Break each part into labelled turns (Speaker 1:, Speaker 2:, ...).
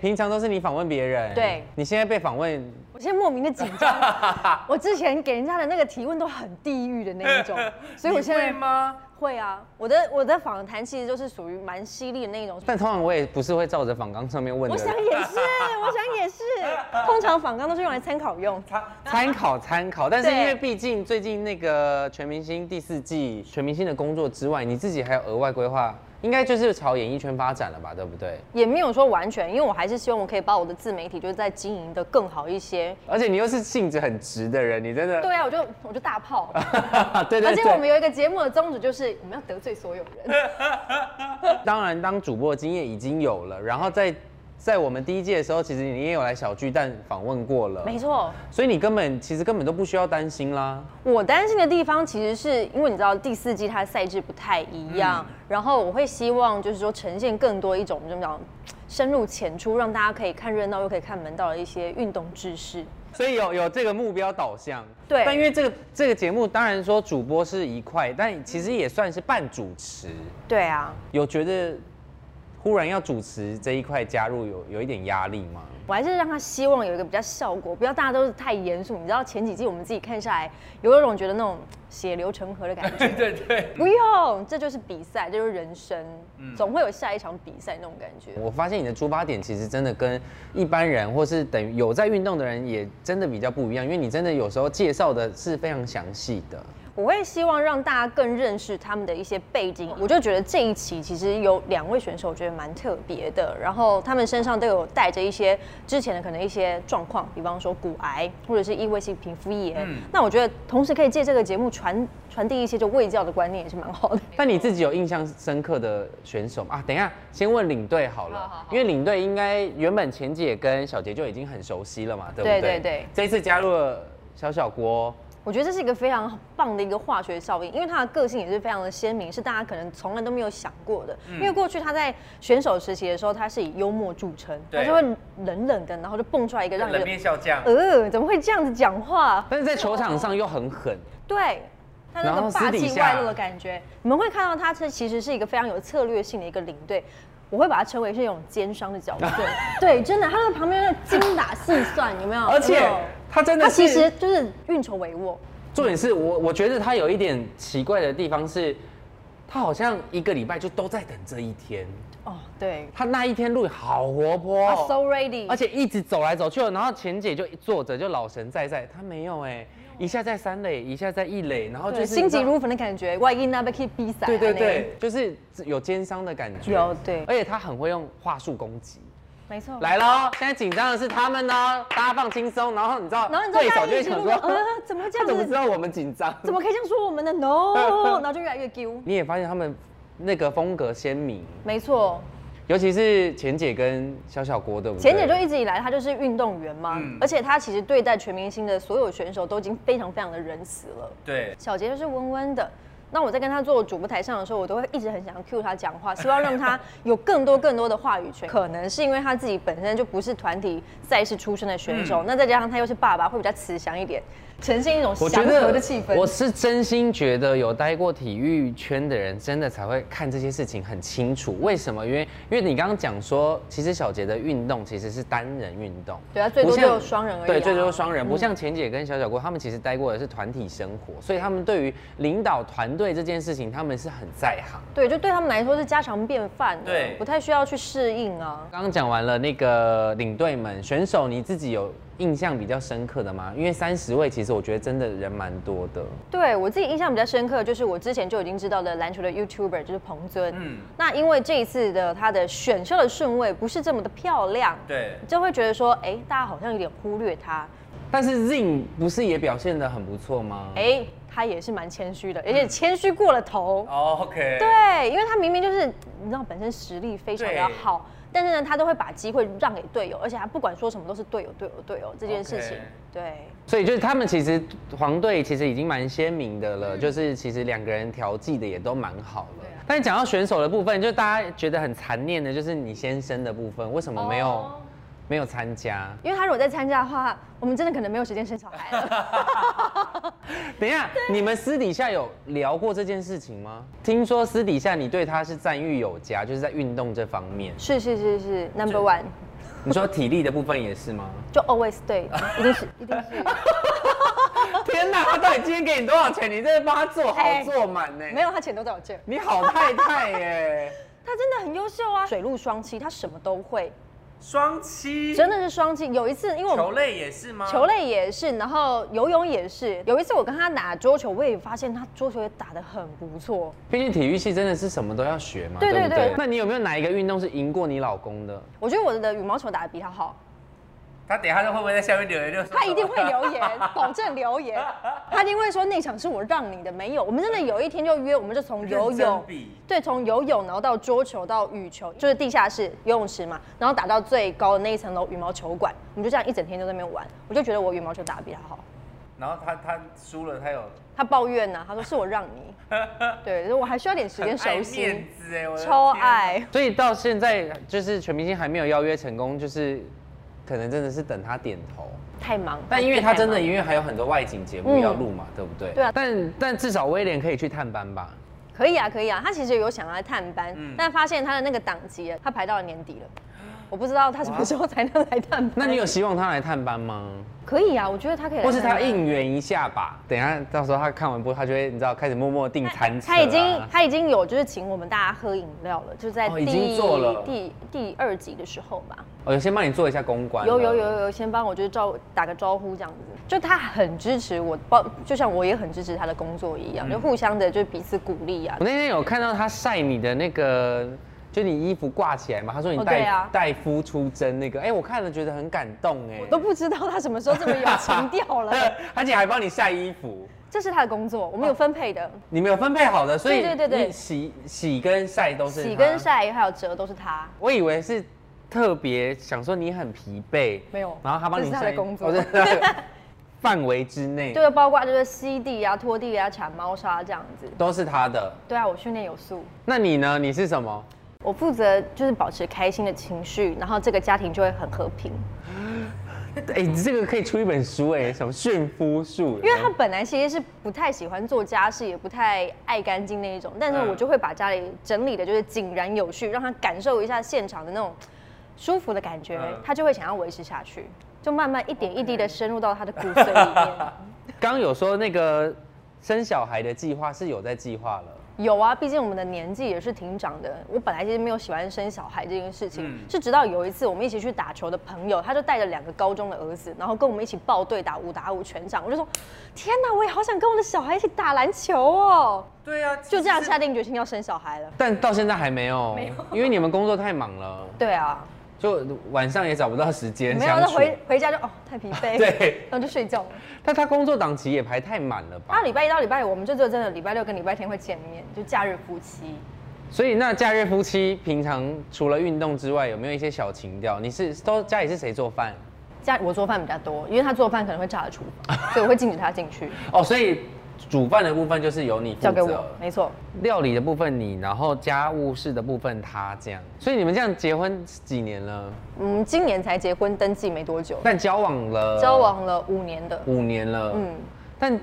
Speaker 1: 平常都是你访问别人，
Speaker 2: 对
Speaker 1: 你现在被访问，
Speaker 2: 我现在莫名的紧张，我之前给人家的那个提问都很地狱的那一种，所以我现在
Speaker 3: 你会吗？
Speaker 2: 会啊，我的我的访谈其实就是属于蛮犀利的那种。
Speaker 1: 但通常我也不是会照着访纲上面问
Speaker 2: 我
Speaker 1: 的
Speaker 2: 想
Speaker 1: 人，
Speaker 2: 也是，我想也是。通常访纲都是用来参考用。
Speaker 1: 参考参考。但是
Speaker 2: 对
Speaker 1: 因为毕竟最近那个全明星第四季，全明星的工作之外，你自己还有额外规划，应该就是朝演艺圈发展了吧，对不对？
Speaker 2: 也没有说完全，因为我还是希望我可以把我的自媒体就是在经营的更好一些。
Speaker 1: 而且你又是性子很直的人，你真的，
Speaker 2: 对啊，我就我就大炮，
Speaker 1: 对对
Speaker 2: 而且我们
Speaker 1: 对。
Speaker 2: 有一个节目的宗旨就是我们要得罪所有人。
Speaker 1: 当然，当主播的经验已经有了，然后在在我们第一届的时候，其实你也有来小巨蛋访问过了，
Speaker 2: 没错，
Speaker 1: 所以你根本其实根本都不需要担心啦。
Speaker 2: 我担心的地方其实是因为你知道第四季它的赛制不太一样，然后我会希望就是说呈现更多一种怎么讲，深入浅出，让大家可以看热闹又可以看门道的一些运动知识。
Speaker 1: 所以有有这个目标导向，
Speaker 2: 对
Speaker 1: 但因为这个这个节目，当然说主播是一块，但其实也算是半主持。
Speaker 2: 对啊，
Speaker 1: 有觉得忽然要主持这一块加入有有一点压力吗？
Speaker 2: 我还是让他希望有一个比较效果，不要大家都是太严肃。你知道前几季我们自己看下来，有一种觉得那种血流成河的感觉。
Speaker 3: 对对对，
Speaker 2: 不用，这就是比赛，这就是人生，总会有下一场比赛那种感觉。
Speaker 1: 我发现你的出发点其实真的跟一般人或是等于有在运动的人也真的比较不一样，因为你真的有时候介绍的是非常详细的。
Speaker 2: 我会希望让大家更认识他们的一些背景。我就觉得这一期其实有两位选手，我觉得蛮特别的。然后他们身上都有带着一些之前的可能一些状况，比方说骨癌或者是异位性皮肤炎。那我觉得同时可以借这个节目传传递一些就卫教的观念，也是蛮好的。
Speaker 1: 但你自己有印象深刻的选手吗？啊，等一下，先问领队好了，因为领队应该原本前姐跟小杰就已经很熟悉了嘛，对不对？
Speaker 2: 对对对
Speaker 1: 这一次加入了小小郭，
Speaker 2: 我觉得这是一个非常棒的一个化学效应，因为他的个性也是非常的鲜明，是大家可能从来都没有想过的。因为过去他在选手时期的时候，他是以幽默著称，
Speaker 3: 对
Speaker 2: 他就会冷冷的，然后就蹦出来一个让
Speaker 3: 冷
Speaker 2: 人
Speaker 3: 面笑匠，
Speaker 2: 呃怎么会这样子讲话？
Speaker 1: 但是在球场上又很狠，
Speaker 2: 对。他那
Speaker 1: 然后
Speaker 2: 种
Speaker 1: 私
Speaker 2: 霸
Speaker 1: 底
Speaker 2: 气
Speaker 1: 下
Speaker 2: 外露的感觉，你们会看到他这其实是一个非常有策略性的一个领队，我会把他称为是一种奸商的角 色。对，真的，他在旁边在精打细算，有没有？
Speaker 1: 而且
Speaker 2: 有没有
Speaker 1: 他真的
Speaker 2: 哦他其
Speaker 1: 是
Speaker 2: 实就是运筹帷幄。
Speaker 1: 重点是我我觉得他有一点奇怪的地方是，他好像一个礼拜就都在等这一天，
Speaker 2: 哦，对，
Speaker 1: 他那一天录影好活泼、
Speaker 2: 啊，so ready，
Speaker 1: 而且一直走来走去，然后钱姐就坐着就老神在在，她没有哎、一下在三垒，一下在一垒，然后就
Speaker 2: 对
Speaker 1: 是
Speaker 2: 心急如焚的感觉，万一那被可以逼散，
Speaker 1: 对对对，就是有奸商的感觉，
Speaker 2: 有对哦
Speaker 1: 而且她很会用话术攻击。
Speaker 2: 没错。
Speaker 1: 来喽，现在紧张的是他们哦，大家放轻松，然后你知道，
Speaker 2: 然后你知道
Speaker 1: 对
Speaker 2: 大
Speaker 1: 手
Speaker 2: 家
Speaker 1: 就会
Speaker 2: 一起
Speaker 1: 想
Speaker 2: 录，
Speaker 1: 说，
Speaker 2: 呃，怎么会这
Speaker 1: 他
Speaker 2: 样
Speaker 1: 怎么知
Speaker 2: 子？
Speaker 1: 道我们紧张？
Speaker 2: 怎么可以这样说我们呢？No，然后就越来越丢。
Speaker 1: 你也发现他们那个风格鲜明，
Speaker 2: 没错，
Speaker 1: 尤其是钱姐跟小小郭，对不对？嗯
Speaker 2: 钱姐就一直以来她就是运动员嘛，而且她其实对待全明星的所有选手都已经非常非常的仁慈了。
Speaker 3: 对，
Speaker 2: 小杰就是温温的。那我在跟他做主播台上的时候，我都会一直很想 cue 他讲话，希望让他有更多更多的话语 权。可能是因为他自己本身就不是团体赛事出身的选
Speaker 1: 嗯
Speaker 2: 手，那再加上他又是爸爸，会比较慈祥一点，呈现一种
Speaker 1: 我
Speaker 2: 祥
Speaker 1: 觉
Speaker 2: 和
Speaker 1: 得
Speaker 2: 的气氛。
Speaker 1: 我是真心觉得有待过体育圈的人，真的才会看这些事情很清楚。为什么？因为因为你刚刚讲说，其实小杰的运动其实是单人运动，
Speaker 2: 对啊最多
Speaker 1: 不像
Speaker 2: 就双人而已啊
Speaker 1: 对，最多就双人，不像钱姐跟小小郭他们其实待过的是团体生活，所以他们对于领导团队这件事情，他们是很在行。
Speaker 2: 对，就对他们来说是家常便饭的，
Speaker 3: 对
Speaker 2: 不太需要去适应啊。
Speaker 1: 刚刚讲完了那个领队们选手，你自己有印象比较深刻的吗？因为三十位，其实我觉得真的人蛮多的。
Speaker 2: 对我自己印象比较深刻，就是我之前就已经知道的篮球的 YouTuber 就是彭尊，
Speaker 3: 嗯
Speaker 2: 那因为这一次的他的选秀的顺位不是这么的漂亮，
Speaker 3: 对，
Speaker 2: 就会觉得说，哎、大家好像有点忽略他，
Speaker 1: 但是 Zin 不是也表现得很不错
Speaker 3: 嗯
Speaker 1: 吗？
Speaker 2: 哎、他也是蛮谦虚的，而且谦虚过了头。
Speaker 3: 哦，OK，
Speaker 2: 对，因为他明明就是你知道本身实力非常的
Speaker 3: 对
Speaker 2: 好，但是呢，他都会把机会让给队友，而且他不管说什么都是队友队友队友这件事情
Speaker 3: OK
Speaker 2: 对。
Speaker 1: 所以就是他们其实黄队其实已经蛮鲜明的
Speaker 3: 嗯
Speaker 1: 了，就是其实两个人调剂的也都蛮好了。
Speaker 3: 啊
Speaker 1: 但是讲到选手的部分，就大家觉得很残念的，就是你先生的部分，为什么没有、
Speaker 2: 哦
Speaker 1: 没有参加？
Speaker 2: 因为他如果再参加的话，我们真的可能没有时间生小孩了。
Speaker 3: 啊
Speaker 1: 等一下，你们私底下有聊过这件事情吗？听说私底下你对他是赞誉有加，就是在运动这方面。
Speaker 2: 是是是是，Number One，
Speaker 1: 你说体力的部分也是吗？
Speaker 2: 就 always 对，一定是一定是。
Speaker 3: 哦
Speaker 1: 天哪，他到底今天给你多少钱？你真的帮他做 好做满呢？
Speaker 2: 没有，他钱都在我这儿。
Speaker 1: 你好太太耶，
Speaker 2: 他真的很优秀啊，水陆双栖，他什么都会，
Speaker 1: 双七
Speaker 2: 真的是双栖。有一次，因为我们
Speaker 1: 球类也是吗？
Speaker 2: 球类也是，然后游泳也是。有一次我跟他打桌球，我也发现他桌球也打得很不错。
Speaker 1: 毕竟体育系真的是什么都要学嘛，
Speaker 2: 对对
Speaker 1: 不
Speaker 2: 对
Speaker 1: 那你有没有哪一个运动是赢过你老公的？
Speaker 2: 我觉得我的羽毛球打得比他好，
Speaker 1: 他等一下会不会在下面留言就？
Speaker 2: 他一定会 留言，保证留言。他一定会说那场是我让你的，没有。我们真的有一天就约，我们就从游
Speaker 1: 认真
Speaker 2: 泳
Speaker 1: 比，
Speaker 2: 对，从游泳然后到桌球到羽球，就是地下室游泳池嘛，然后打到最高的那一层楼羽毛球馆，我们就这样一整天都在那边玩。我就觉得我羽毛球打得比他好。
Speaker 3: 然后他他输了，他有
Speaker 2: 他抱怨呐、他说是我让 你，对，我还需要点时间
Speaker 3: 爱
Speaker 2: 熟
Speaker 3: 面
Speaker 2: 悉，
Speaker 3: 子哎，我的
Speaker 2: 超
Speaker 3: 天
Speaker 2: 爱。
Speaker 1: 所以到现在就是全明星还没有邀约成功，就是可能真的是等他点头。
Speaker 2: 太忙。
Speaker 1: 但因为他真的，
Speaker 2: 太忙
Speaker 1: 因为还有很多外景节目要录嘛，对不对？
Speaker 2: 对啊
Speaker 1: 但但至少威廉可以去探班吧？
Speaker 2: 可以啊，可以啊，他其实有想要来探班，
Speaker 1: 嗯
Speaker 2: 但发现他的那个档期，他排到了年底了，我不知道他什么时候才能来探班。
Speaker 1: 那你有希望他来探班吗？
Speaker 2: 可以啊，我觉得他可以来探班。
Speaker 1: 或是他应援一下吧？等一下到时候他看完播，他就会你知道开始默默订餐车啊、
Speaker 2: 他已经他已经有就是请我们大家喝饮料了，就是在
Speaker 1: 哦
Speaker 2: 第
Speaker 1: 已经做了
Speaker 2: 第第二集的时候吧。
Speaker 1: 我哦先帮你做一下公关。
Speaker 2: 有有有。有，先帮我就是招打个招呼这样子，就他很支持我，包就像我也很支持他的工作一
Speaker 1: 嗯
Speaker 2: 样，就互相的就彼此鼓励啊
Speaker 1: 我。那天有看到他晒你的那个，就你衣服挂起来嘛，他说你
Speaker 2: 哦对
Speaker 1: 戴、
Speaker 2: 啊
Speaker 1: 戴夫出征那个，哎、我看了觉得很感动哎、
Speaker 2: 都不知道他什么时候这么有情 调了，
Speaker 1: 而且还帮你晒衣服，
Speaker 2: 这是他的工作，我们有分配的，
Speaker 1: 你们有分配好的，所以
Speaker 2: 对对对对
Speaker 1: 你洗洗跟晒都是他
Speaker 2: 洗跟。晒还有折都是他。
Speaker 1: 我以为是特别想说你很疲惫，
Speaker 2: 没有
Speaker 1: 然后他帮你
Speaker 2: 这是他
Speaker 1: 晒
Speaker 2: 的工作
Speaker 1: 哦这是他 的 范围之内，
Speaker 2: 对，包括就是吸地啊、拖地啊、铲猫砂这样子。
Speaker 1: 都是他的。
Speaker 2: 对啊，我训练有素，
Speaker 1: 那你呢？你是什么？
Speaker 2: 我负责就是保持开心的情绪，然后这个家庭就会很和平。
Speaker 1: 哎、你这个可以出一本书哎、什么驯夫术？
Speaker 2: 因为他本来其实是不太喜欢做家事，也不太爱干净那一种，但是
Speaker 1: 嗯
Speaker 2: 我就会把家里整理的就是井然有序，让他感受一下现场的那种舒服的感觉，
Speaker 1: 嗯
Speaker 2: 他就会想要维持下去，就慢慢一点一滴的深入到他的骨髓里面。
Speaker 1: 刚刚有说那个生小孩的计划是有在计划了，
Speaker 2: 有啊，毕竟我们的年纪也是挺长的。我本来其实没有喜欢生小孩这件事情，是直到有一次我们一起去打球的朋友，他就带着两个高中的儿子，然后跟我们一起报队打五打五全场。我就说，天哪，我也好想跟我的小孩一起打篮球哦！
Speaker 3: 对啊，
Speaker 2: 就这样下定决心要生小孩了。
Speaker 1: 但到现在还没有，
Speaker 2: 没有
Speaker 1: 因为你们工作太忙了，
Speaker 2: 对啊，
Speaker 1: 就晚上也找不到时间
Speaker 2: 没有，那
Speaker 1: 相处。
Speaker 2: 回回啊家就哦太疲惫，
Speaker 1: 对，
Speaker 2: 然后就睡觉了。
Speaker 1: 但他工作档期也排太满了吧
Speaker 2: 那？礼拜一到礼拜五，我们就只有真的礼拜六跟礼拜天会见面，就假日夫妻。
Speaker 1: 所以那假日夫妻平常除了运动之外，有没有一些小情调？你是都家里是谁做饭？
Speaker 2: 家我做饭比较多，因为他做饭可能会炸了厨房，所以我会禁止他进去，
Speaker 1: 哦，所以煮饭的部分就是由你负
Speaker 2: 交给
Speaker 1: 责
Speaker 2: 我，。没错。
Speaker 1: 料理的部分你，然后家务事的部分他这样，所以你们这样结婚几年了？
Speaker 2: 嗯，今年才结婚登记没多久，
Speaker 1: 但交往了？
Speaker 2: 交往了五年的，
Speaker 1: 五年了，嗯，但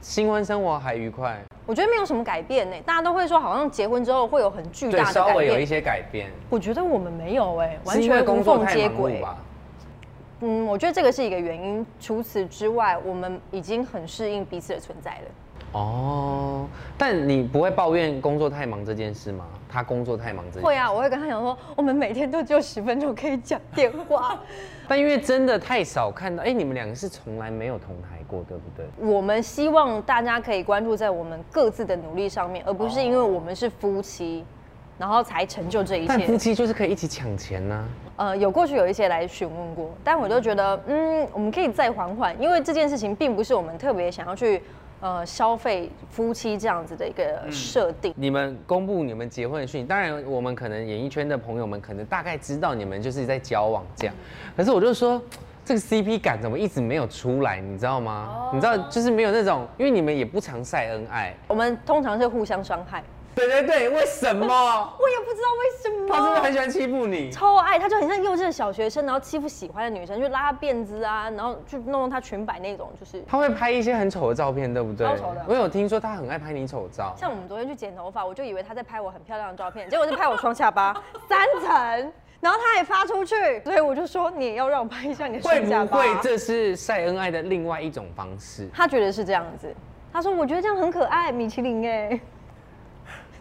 Speaker 1: 新婚生活还愉快，
Speaker 2: 我觉得没有什么改变呢。大家都会说，好像结婚之后会有很巨
Speaker 1: 对，
Speaker 2: 大的
Speaker 1: 稍
Speaker 2: 改
Speaker 1: 微有一
Speaker 2: 变。
Speaker 1: 些改变，
Speaker 2: 我觉得我们没有哎，完
Speaker 1: 是因为
Speaker 2: 全无
Speaker 1: 工作
Speaker 2: 缝
Speaker 1: 太
Speaker 2: 接
Speaker 1: 忙碌
Speaker 2: 轨。
Speaker 1: 吧？
Speaker 2: 嗯，我觉得这个是一个原因。除此之外，我们已经很适应彼此的存在了。
Speaker 1: 哦，但你不会抱怨工作太忙这件事吗？他工作太忙这件事，
Speaker 2: 会啊，我会跟他讲说，我们每天都只有十分钟可以讲电 话。
Speaker 1: 但因为真的太少看到，哎、你们两个是从来没有同台过，对不对？
Speaker 2: 我们希望大家可以关注在我们各自的努力上面，而不是因为我们是夫妻，然后才成就这一
Speaker 1: 但夫
Speaker 2: 切。
Speaker 1: 妻就是可以一起抢钱啊呐、
Speaker 2: 呃，有过去有一些来询问过，但我就觉得，嗯，我们可以再缓缓，因为这件事情并不是我们特别想要去。呃，消费夫妻这样子的一个
Speaker 1: 嗯
Speaker 2: 设定，
Speaker 1: 你们公布你们结婚的讯息，当然我们可能演艺圈的朋友们可能大概知道你们就是在交往这样，可是我就说这个 CP 感怎么一直没有出来，你知道吗？
Speaker 2: 哦
Speaker 1: 你知道就是没有那种，因为你们也不常晒恩爱。
Speaker 2: 我们通常是互相伤害。
Speaker 1: 对对对，为什么？
Speaker 2: 我也不知道为什 么，
Speaker 1: 他是不是很喜欢欺负你？
Speaker 2: 超爱，他就很像幼稚的小学生，然后欺负喜欢的女生，去拉她辫子啊，然后去弄弄她裙摆那种，就是
Speaker 1: 他会拍一些很丑的照片，对不对
Speaker 2: 超丑的？
Speaker 1: 我有听说他很爱拍你丑 照。
Speaker 2: 像我们昨天去剪头发，我就以为他在拍我很漂亮的照片，结果是拍我双下巴三层，然后他也发出去，所以我就说你也要让我拍一下你的
Speaker 1: 会
Speaker 2: 双下
Speaker 1: 不
Speaker 2: 巴。
Speaker 1: 会这是晒恩爱的另外一种方式？
Speaker 2: 他觉得是这样子，他说我觉得这样很可爱，米其林哎、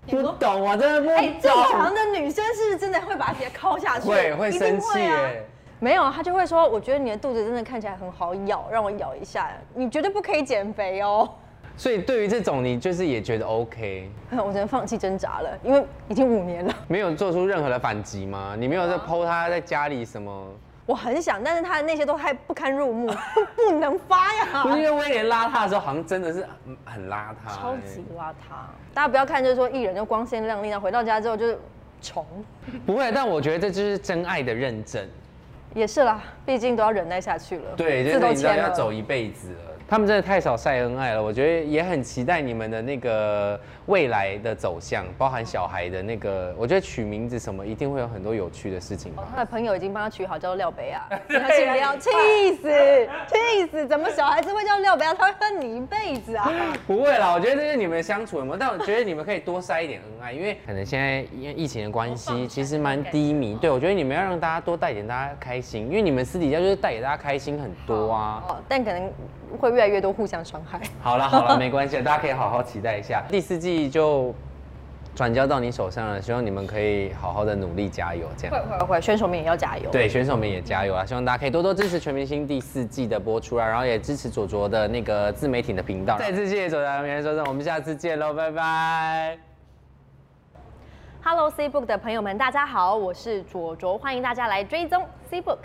Speaker 1: 不懂，我真的不懂。
Speaker 2: 哎、正常的女生是真的会把自己敲下去，
Speaker 1: 会会
Speaker 2: 一定
Speaker 1: 生气
Speaker 2: 啊
Speaker 1: 耶。
Speaker 2: 没有，他就会说：“我觉得你的肚子真的看起来很好咬，让我咬一下。你绝对不可以减肥哦。
Speaker 1: 所以对于这种，你就是也觉得 OK，”
Speaker 2: 我只能放弃挣扎了，因为已经五年了。
Speaker 1: 没有做出任何的反击吗？你没有在啊剖他在家里什么？
Speaker 2: 我很想，但是他的那些都太不堪入 目，不能发
Speaker 1: 不是因
Speaker 2: 呀，
Speaker 1: 为威廉邋遢的时候，好像真的是嗯很邋遢、
Speaker 2: 超级邋遢。大家不要看，就是说艺人就光鲜亮丽，然后回到家之后就是虫，
Speaker 1: 哎不会，但我觉得这就是真爱的认证。
Speaker 2: 也是啦，毕竟都要忍耐下去了。
Speaker 1: 对，就
Speaker 2: 字
Speaker 1: 是
Speaker 2: 都
Speaker 1: 你知道
Speaker 2: 签
Speaker 1: 要
Speaker 2: 了。
Speaker 1: 走一辈子了。他们真的太少晒恩爱了，我觉得也很期待你们的那个未来的走向，包含小孩的那个，我觉得取名字什么一定会有很多有趣的事情吧。
Speaker 2: 他的朋友已经帮他取好，叫做廖北亚，他请不要，气死，气死！怎么小孩子会叫廖北亚？他会恨你一辈子啊！
Speaker 1: 不会啦，我觉得这是你们相处的模式，但我觉得你们可以多晒一点恩爱，因 为可能现在因为疫情的关
Speaker 4: 多
Speaker 1: 系，
Speaker 4: 放
Speaker 1: 其实蛮低迷。对，我觉得你们要让大家多带点大家开心，因为你们私底下就是带给大家开心很多啊。
Speaker 2: 哦，但可能会越来越多互相伤害。
Speaker 1: 好了好了，没关系，大家可以好好期待一下第四季就转交到你手上了，希望你们可以好好的努力加油，这样。
Speaker 2: 会会，选手们也要加油。，
Speaker 1: 对，选手们也加油啊！希望大家可以多多支持《全明星》第四季的播出啊，然后也支持佐佐的那个自媒体的频道。再次谢谢佐佐来明收看，我们下次见喽，拜拜。
Speaker 2: Hello C Book 的朋友们，大家好，我是卓卓，欢迎大家来追踪 C Book。